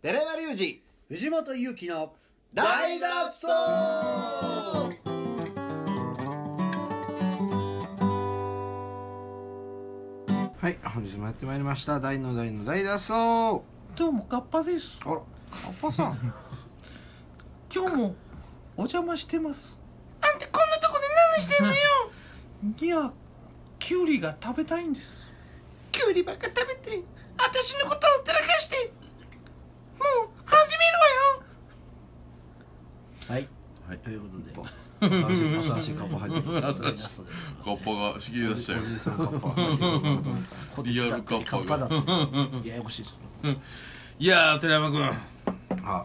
寺山隆二藤本勇樹の二大脱走はい本日もやってまいりました大の大の大脱走あどうもカッパですらカッパさん今日もお邪魔してますあんたこんなとこで何してんのよいやキュウリが食べたいんですキュウリばっか食べて私のことを照らかしてもう始めはいはい、ということで新しい新しいカッパ入ってるありがとうございますカッパが仕切り出したよおじいさんカッパ入ってると思ったらこっちだってリアルカッパがカッパだってややこしいっすねいやー寺山君今あ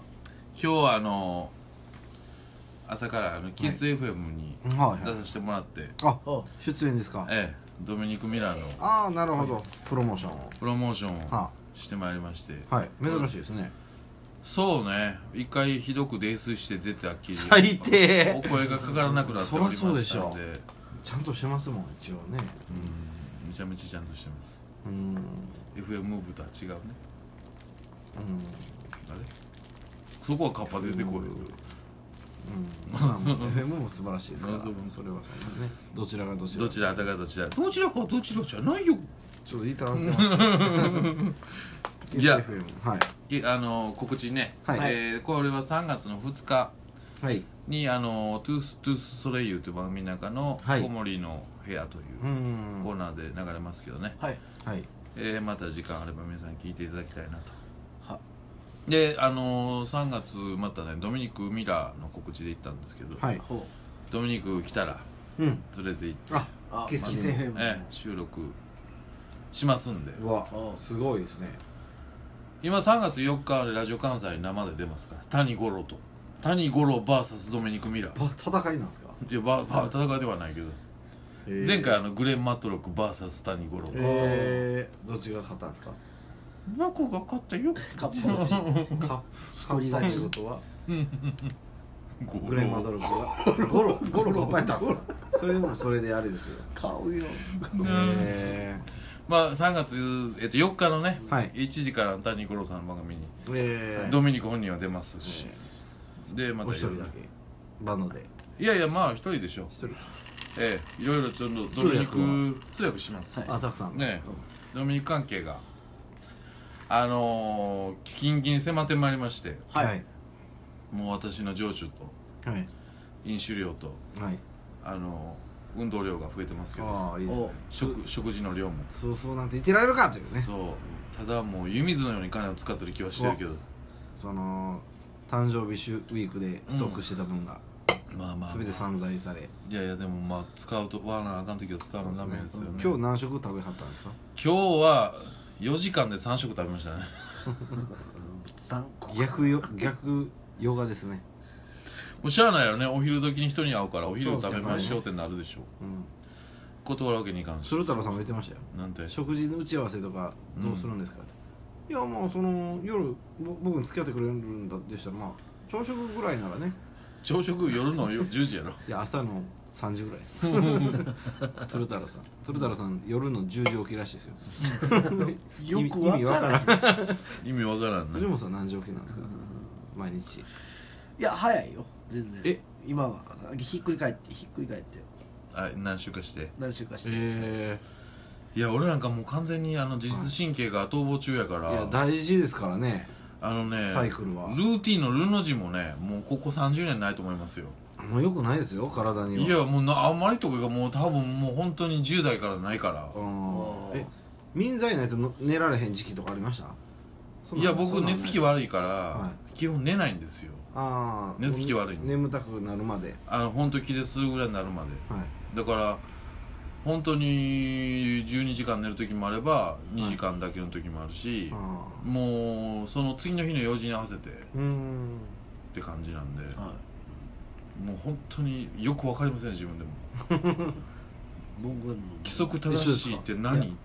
日はあのー、朝からあのキス FM にはい出させてもらって、あお出演ですかええドミニク・ミラーのああなるほどプロモーションをプロモーションをはしてまいりまして、あはい珍しいですねそうね一回ひどく泥酔して出たきり最低お声がかからなくなっておりましたそらそのうででしょちゃんとしてますもん一応ねうんめちゃめちゃちゃんとしてますうーん FM ムーブとは違うねうんあれそこはカッパ出てこいようんまあ FM も素晴らしいですからまあそうそれはそうねどちらがどちらどちらだかどちらどちらかどちらじゃないよちょっといただいてますじゃあ FM はいであの告知ね、はいえーこれは3月の2日はいにあのトゥース・トゥース・ソレイユという番組の中のはい小森の部屋」というーうんコーナーで流れますけどね、はいはいえーまた時間あれば皆さん聞いていただきたいなとはであの3月またねドミニク・ミラーの告知で行ったんですけど、はいほうドミニク来たらうん連れて行って、ああキスキス FM えー収録しますんでうわおすごいですね今3月4日でラジオ関西に生で出ますから谷五郎と谷五郎 VS ドミニク・ミラーば戦いなんですかいやばば戦いではないけど、前回あのグレン・マトロック VS 谷五郎、えーどっちが勝ったんですか僕が勝ったよカッパだしか一勝人勝ちったってことは五郎グレンマドロックがゴロゴロが勝ったんですかそれでもそれであれですよ買うよえまあ3月、えっと、4日のね、はい1時から谷五郎さんの番組に、ーえドミニク本人は出ますし、でまおた一いろい人ろだけバンドでいやいやまあ一人でしょ一人ええいろいろちょっとドミニ通訳ク通訳します、あたくさんねドミニク関係があのー、キンキンに迫ってまいりましてはいははいいもう私の情緒とはい飲酒量とはいあのー、運動量が増えてますけどああいいですね食食事の量も痛風なんて言ってられるかというねそうただもう湯水のように金を使ってる気はしてるけどその誕生日週ウィークでストックしてた分がまあまあ全て散財されいやいやでもまあ使うとわなあかん時は使うのダメですよね今日何食食べはったんですか今日は4時間で3食食べましたね三個逆よ逆ヨガですねもうしゃあないよねお昼時に人に会うからお昼そう食べましょうそってなるでしょうん断るわけにいかんし鶴太郎さんも言ってましたよなんて食事の打ち合わせとかどうするんですかと、いやまあその夜ぼ僕に付き合ってくれるんだでしたらまあ朝食ぐらいならね朝食夜のよ10時やろいや朝の3時ぐらいです 鶴太郎さん鶴太郎さん夜の10時起きらしいですよ よくわからんんない意味わからん藤ね本さん何時起きなんですか毎日いや早いよ全然え今はひっくり返ってひっくり返ってあ何週かして何週かしてえいや俺なんかもう完全にあの自律神経が逃亡中やから、いや大事ですからねあのねサイクルはルーティンのルの字もねもうここ30年ないと思いますよもうよくないですよ体にはいやもうなあんまりとかがもう多分もう本当に10代からないからうんあーえ民剤ないとの寝られへん時期とかありましたそんいなやのそ僕んな寝のなついき悪いから、は基本寝ないんですよああ寝つき悪いね眠たくなるまであの本当気絶するぐらいになるまではいだから本当に12時間寝る時もあれば2時間だけの時もあるし、ああもうその次の日の用事に合わせてっうーんて感じなんではいもう本当によくわかりません自分でも僕はもう規則正しいって何一っ緒ですか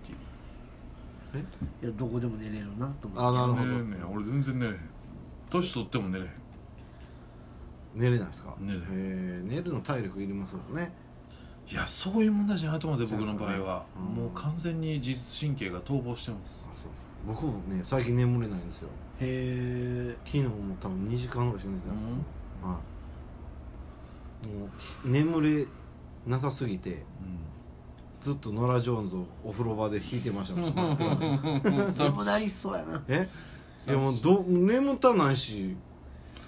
ていういやどこでも寝れるなと思ってあなるほど寝れんねん俺全然寝れへん年取っても寝れへん寝れないですか寝れないえー寝るの体力いりますもんねいやそういう問題じゃないと思って僕の場合は、そうですよねうんもう完全に自律神経が逃亡してますあそうです僕もね最近眠れないんですよへえ昨日も多分2時間ぐらいしか寝てうないんですよ、んはいもう眠れなさすぎてずっとノラ・ジョーンズをお風呂場で弾いてましたもん真っ暗で でもなりそうやなえいやもうど眠たないし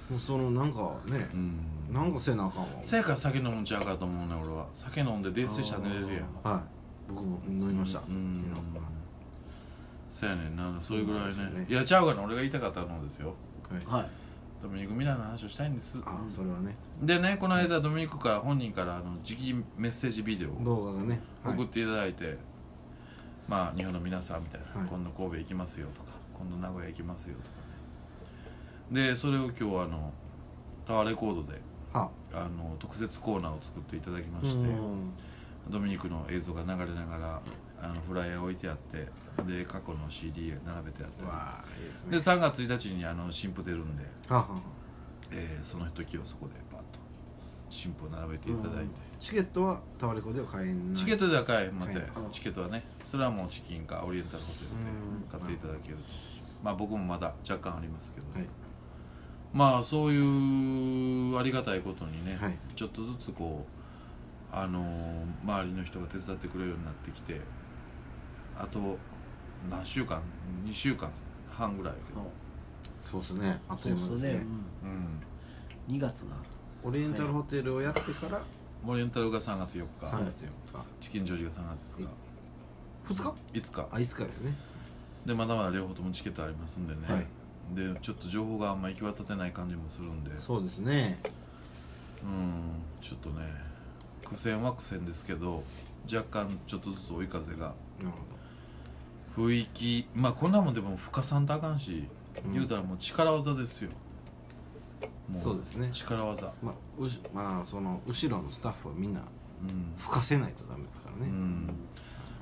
もうそのなんかねう、んなんかせなあかんわせやから酒飲むんちゃうかと思うね俺は酒飲んで泥酔したら寝れるやんはい僕も飲みました、うん昨日そうやねんなそれぐらいそうなんですねよねいやちゃうから俺が言いたかったのはですよはい、はいドミニク・ミラーの話をしたいんですあそれはねでねこの間ドミニクから本人からあの直メッセージビデオを動画がね、はい送っていただいて、まあ日本の皆さんみたいな、はい今度神戸行きますよとか今度名古屋行きますよとかねでそれを今日あのタワーレコードではあの特設コーナーを作っていただきまうして、んドミニクの映像が流れながらあのフライヤー置いてあってで過去の CD 並べてあうっわあいいですてでね3月1日にあの新譜出るんで、はあはあはえーその時をそこでパッと新譜を並べあていただいて、チケットはタワレコでは買えないチケットでは買えません、買えないチケットはねそれはもうチキンかオリエンタルホテルで買っていただけると、まあ僕もまだ若干ありますけど、はいまあそういうありがたいことにね、はいちょっとずつこうあのー周りの人が手伝ってくれるようになってきてあと何週間2週間半ぐらいやけどそうですねあっとそいうでう間すですねねうん2月がオリエンタルホテルをやってからオリエンタルが3月4日3月チキンジョージが3月4 5日2日日いつかあいつかですねでまだまだ両方ともチケットありますんでね、はいでちょっと情報があんま行き渡ってない感じもするんでそうですねうんちょっとね苦戦は苦戦ですけど若干ちょっとずつ追い風がなる雰囲気まあこんなもんでも深さんとあかんし、うん言うたらもう力技ですよもそうですね力技ほどまあうしまあその後ろのスタッフはみんなうん、吹かせないとダメですからうね、ん、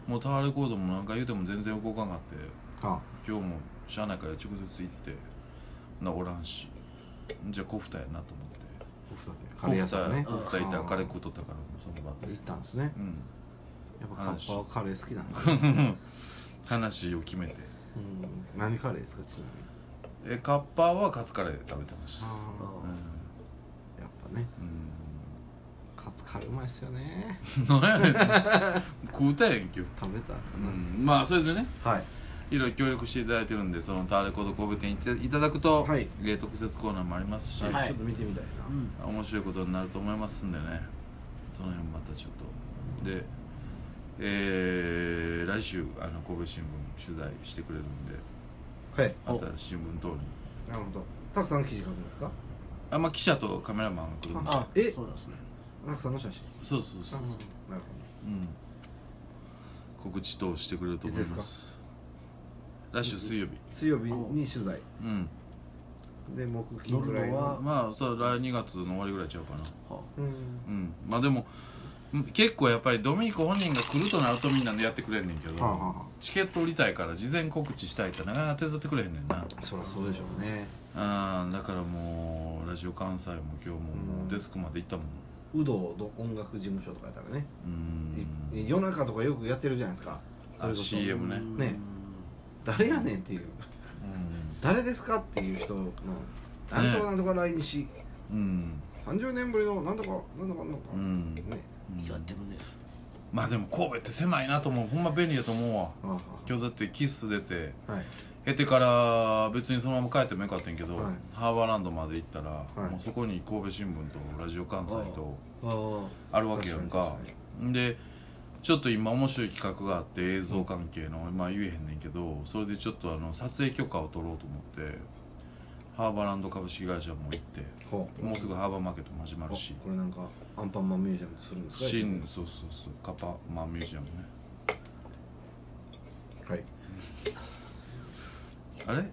もうタワーレコードも何回言うても全然動かんかっては今日も車内から直接行ってなおらんしじゃあコフタやなと思ってあお二人でカレー屋さんねコフタコフタ行ったらカレー食行うとったからその場でったんですねうんやっぱカッパはカレー好きなん で、 話を決めてうん、何カレーですかちなみにえカッパーはカツカレー食べてましたあうんあやっぱねカツカレーうまいっすよねうん何や ねん食うたやん今日食べた、うんまあそれでねはいいろいろ協力していただいてるんでそのタワレコード神戸店行っていただくと、はい例特設コーナーもありますし、はいちょっと見てみたいな、うん面白いことになると思いますんでねその辺またちょっとでえー、来週あの神戸新聞取材してくれるんではいまた新聞等になるほどたくさん記事書くんですかあまあ記者とカメラマンが来るんであえそうなんですねたくさんの写真そうそうそう、なるうん、告知等してくれると思いますいつで来週水曜日水曜日に取材うんで木金ぐらい乗るのはのまあそう来2月の終わりぐらいちゃうかなはうんうんまあでもうん結構やっぱりドミニク本人が来るとなるとみんなでやってくれんねんけど、はあ、はチケット売りたいから事前告知したいってなかなか手伝ってくれへんねんなあ、そりゃそうでしょうねあーだからもうラジオ関西も今日ももううんデスクまで行ったもん有働の音楽事務所とかやったらね、うんい夜中とかよくやってるじゃないですかそあれこそ CM ねうんね誰やねんっていううん誰ですかっていう人のなんとかなんとか来日うん30年ぶりのなんとかなんとかなんとか、うんねうんいやでもねまあでも神戸って狭いなと思うほんま便利だと思うわは今日だってキッス出てあ、はあ、はい経てから別にそのまま帰ってもよかったんやけど、はいハーバーランドまで行ったら、いもうそこに神戸新聞とラジオ関西とああるわけやんか確かに確でちょっと今面白い企画があって映像関係の、まあ言えへんねんけどそれでちょっとあの撮影許可を取ろうと思ってハーバーランド株式会社も行ってほうもうすぐハーバーマーケットも始まるしあこれなんかアンパンマンミュージアムするんですか新そうそうそうカッパマンミュージアムねはいあごれめんな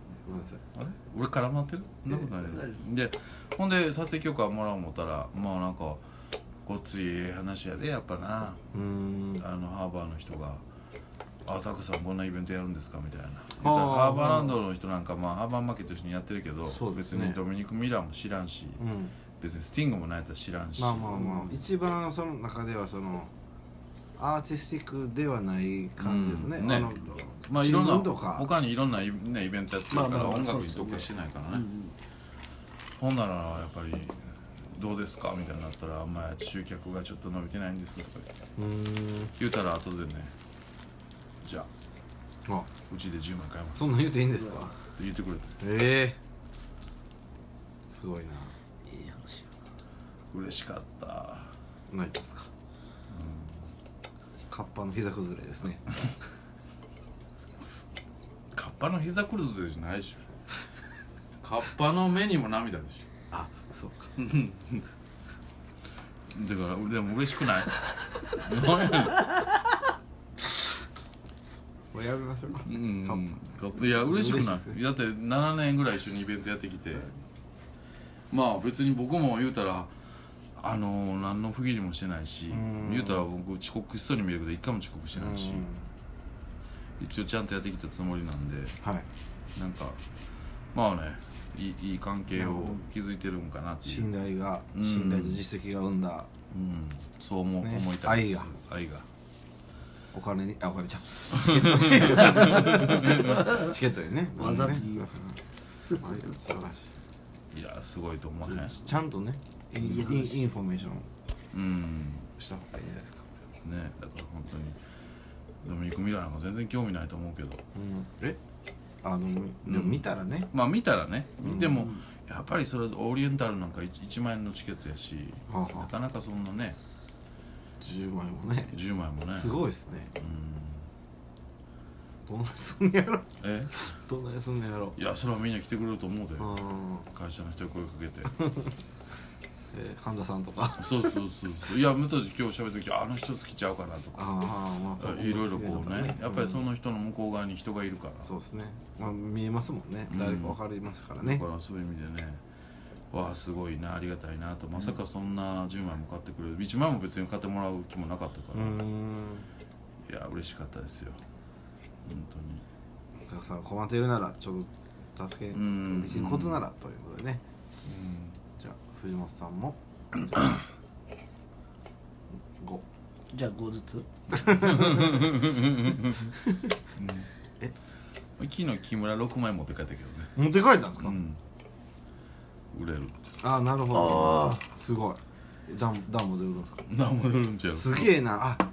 さいあれ俺絡まってるそんなことないないですでほんで撮影許可もらおう思ったらまあなんかごっついええ話やでやっぱなうーんあのハーバーの人が「あタクさんこんなイベントやるんですか?」みたいなあーハーバーランドの人なんか、まあ、ハーバーマーケット一緒にやってるけど、そうで別すねにドミニク・ミラーも知らんしうん別にスティングもないやったら知らんし、まあまあまあ一番その中ではそのアーティスティックではない感じのね,、うんねあのまあいろんな新聞とか他にいろんなイ,、ね、イベントやってるから、まあまあまあ音そ楽うでにすね特化してないからね、うんほんならやっぱりどうですかみたいになったら「まあ集客がちょっと伸びてないんです」とかうーん言うたら後でね「じゃああうちで10枚買います」そっんなん言うていいんですかて言ってくれてええすごいなええ話や嬉しかった何ですかカッパの膝崩れですねカッパの膝くるずれじゃないでしょ カッパの目にも涙でしあそうかょだからでも嬉しくない何やねんもうやめましょうかうんいや嬉しく嬉しいないですねだって7年ぐらい一緒にイベントやってきて、まあ別に僕も言うたらあのー、何の不義理もしてないしうん言うたら僕遅刻しそうに見えるけど一回も遅刻してないし一応ちゃんとやってきたつもりなんではいなんかまあねいいいい関係を築いてるんかなっていう、信頼がうん信頼と実績が生んだうん、そう思う、ね思いたいです愛がお金にあお金 ちゃうチケットにねわざと言うねよすごいよ素晴らしいやすごいと思わへんいちゃんとねインインインフォメーションうんした方がいいんじゃないですかねだから本当にドミニク・ミラーなんか全然興味ないと思うけどうんえあのでも見たらねまあ見たらねでもやっぱりそれオリエンタルなんか 1, 万円のチケットやしはあなはあかなかそんなね10万円もね10枚もねすごいですねうんどんなすんのやろえどんなやすんのやろいやそれはみんな来てくれると思うでうん会社の人に声かけてえー半田さんとかそうそうそうそういや武藤今日喋った時あの人好きちゃうかなとかああまあいろいろこうねやっぱりそのの人の向こう側に人がいるからそうですねまあ見えますもんねうん誰か分かりますからだねからそういう意味でねわあすごいなありがたいなとまさかそんな10枚も買ってくれる1枚も別に買ってもらう気もなかったかうら、いんや嬉しかったですよ本当にたくさん困っているならちょっと助けでうんきることならということでねじゃあ藤本さんも5じゃあ5ずつ昨日木村6枚持って帰ったけどね、持って帰ったんですうかん、売れるああなるほあどすごいダンダンボで売るんですか何も売れるんちゃうすげえなああ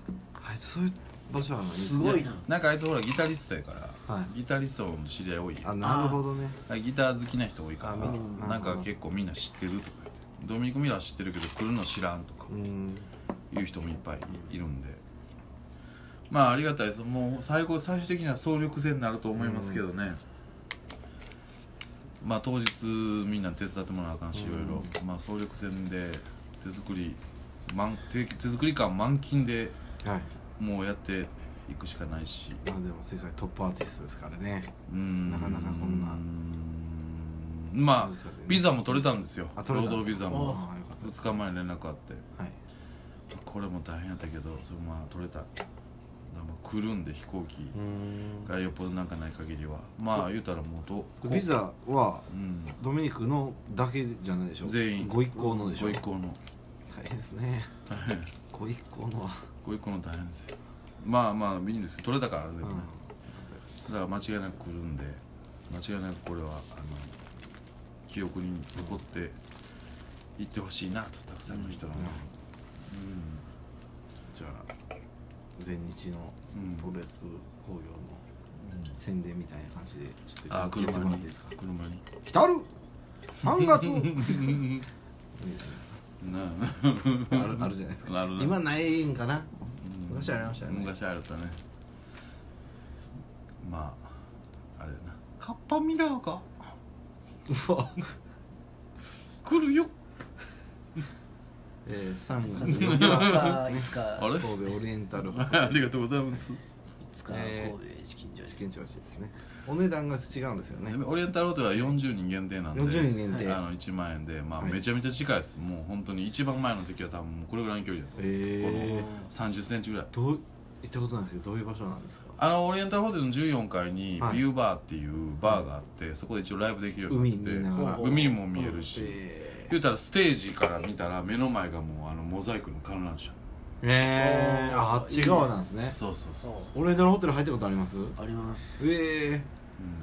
いつそういう場所あるのいいっすごいななんかあいつほらギタリストやから、はいギタリストの知り合い多いやあなるほどねんギター好きな人多いかあらみんななんか結構みんな知ってるとか言ってドミニク・ミラー知ってるけど来るの知らんとかうんいう人もいっぱいいいるんでまあありがたいですもう最後最終的には総力戦になると思いますけどね、まあ当日みんな手伝ってもらわなあかんしいろいろまあ総力戦で手作り満手手作り感満勤ではいもうやっていくしかないしまあでも世界トップアーティストですからねうんなかなかこんなうんま難しあかったねビザも取れたんですよあ取労れたん働ですビかザもああよかったで2す日前連絡あってはいこれも大変やったけどそれまあ取れただからまあ来るんで飛行機うんがよっぽどなんかない限りはまあ言うたらもうどこビザはうんドミニクのだけじゃないでしょ全員ご一行のでしょご一行の大変ですね大変ご一行のはご一行の大変ですよまあまあいいんですよ取れたからでもね、うだから間違いなく来るんで間違いなくこれはあの記憶に残っていってほしいなとたくさんの人の、んじゃあ全日のうんプロレス工業の宣伝みたいな感じでちょああっと言って車もらっにていいですか車に来たる3月 なあるあるじゃないですかある な今ないんかなうん昔ありましたよね昔あったねまああれやなカッパミラーがうわ来るよ えー、3月い4 つ日かいつかあれ神戸オリエンタルありがとうございます、いつか神え戸ーチキンジャー試験調子ですねお値段が違うんですよねオリエンタルロードは40人限定なんで40人限定あの1万円で、まあ、はいめちゃめちゃ近いです、もう本当に一番前の席は多分もうこれぐらいの距離だと、え3 0ンチぐらいー、どう行ったことないんですけどどういう場所なんですかあのオリエンタルホテルの14階にビはいューバーっていうバーがあって、そこで一応ライブできるよう海に見なってながらお海も見えるし、え言うたらステージから見たら目の前がもうあのモザイクの観覧車ーええー、ああっち側なんですねそうそうそうそうオレンジのホテル入ったことありますありますええ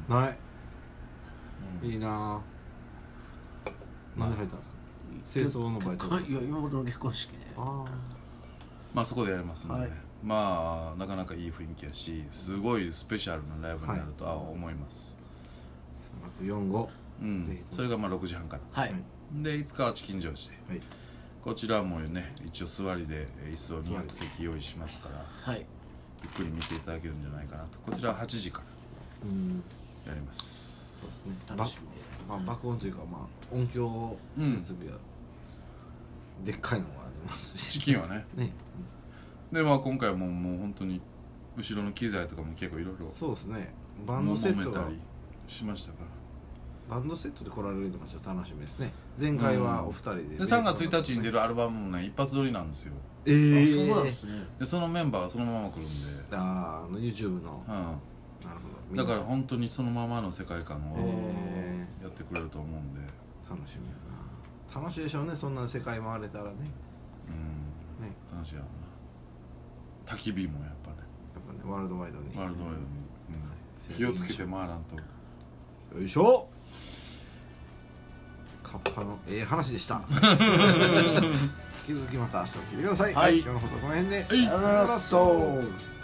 うんないうんいいなぁなんで入ったんですか清掃のバイト結婚いや今の結婚式ねあまあそこでやりますんでね、はいまあなかなかいい雰囲気やしすごいスペシャルなライブになるとは思います、あすいません4号うぜんひそれがまあ6時半からはいでいつかはチキンジョージではいこちらもね一応座りでえー椅子を200席用意しますからはいゆっくり見ていただけるんじゃないかなとこちらは8時かうんらやりますそうですね楽しみでばまあ、爆音というか、まあ、音響設備は、でっかいのがありますしチキンはね ねでまあ今回はもうもう本当に後ろの機材とかも結構いろいろそうですねバンドセットが揉めたりしましたからバンドセットで来られるのがちょっと楽しみですね前回はお二人で,、で3月1日に出るアルバムもね一発撮りなんですよえー、あそうなんですねでそのメンバーがそのまま来るんで、あーあの YouTube の、うなるほん、どだから本当にそのままの世界観をえやってくれると思うんで、ー、楽しみやな楽しいでしょうねそんな世界回れたらねうんね楽しいやろうな焚き火もやっぱねやっぱねワールドワイドにワールドワイドに、うん、気をつけて回らんとよいしょカッパのええ話でした引き続きまた明日も聞いてください、はい今日の放送この辺で、ありがとうございますそう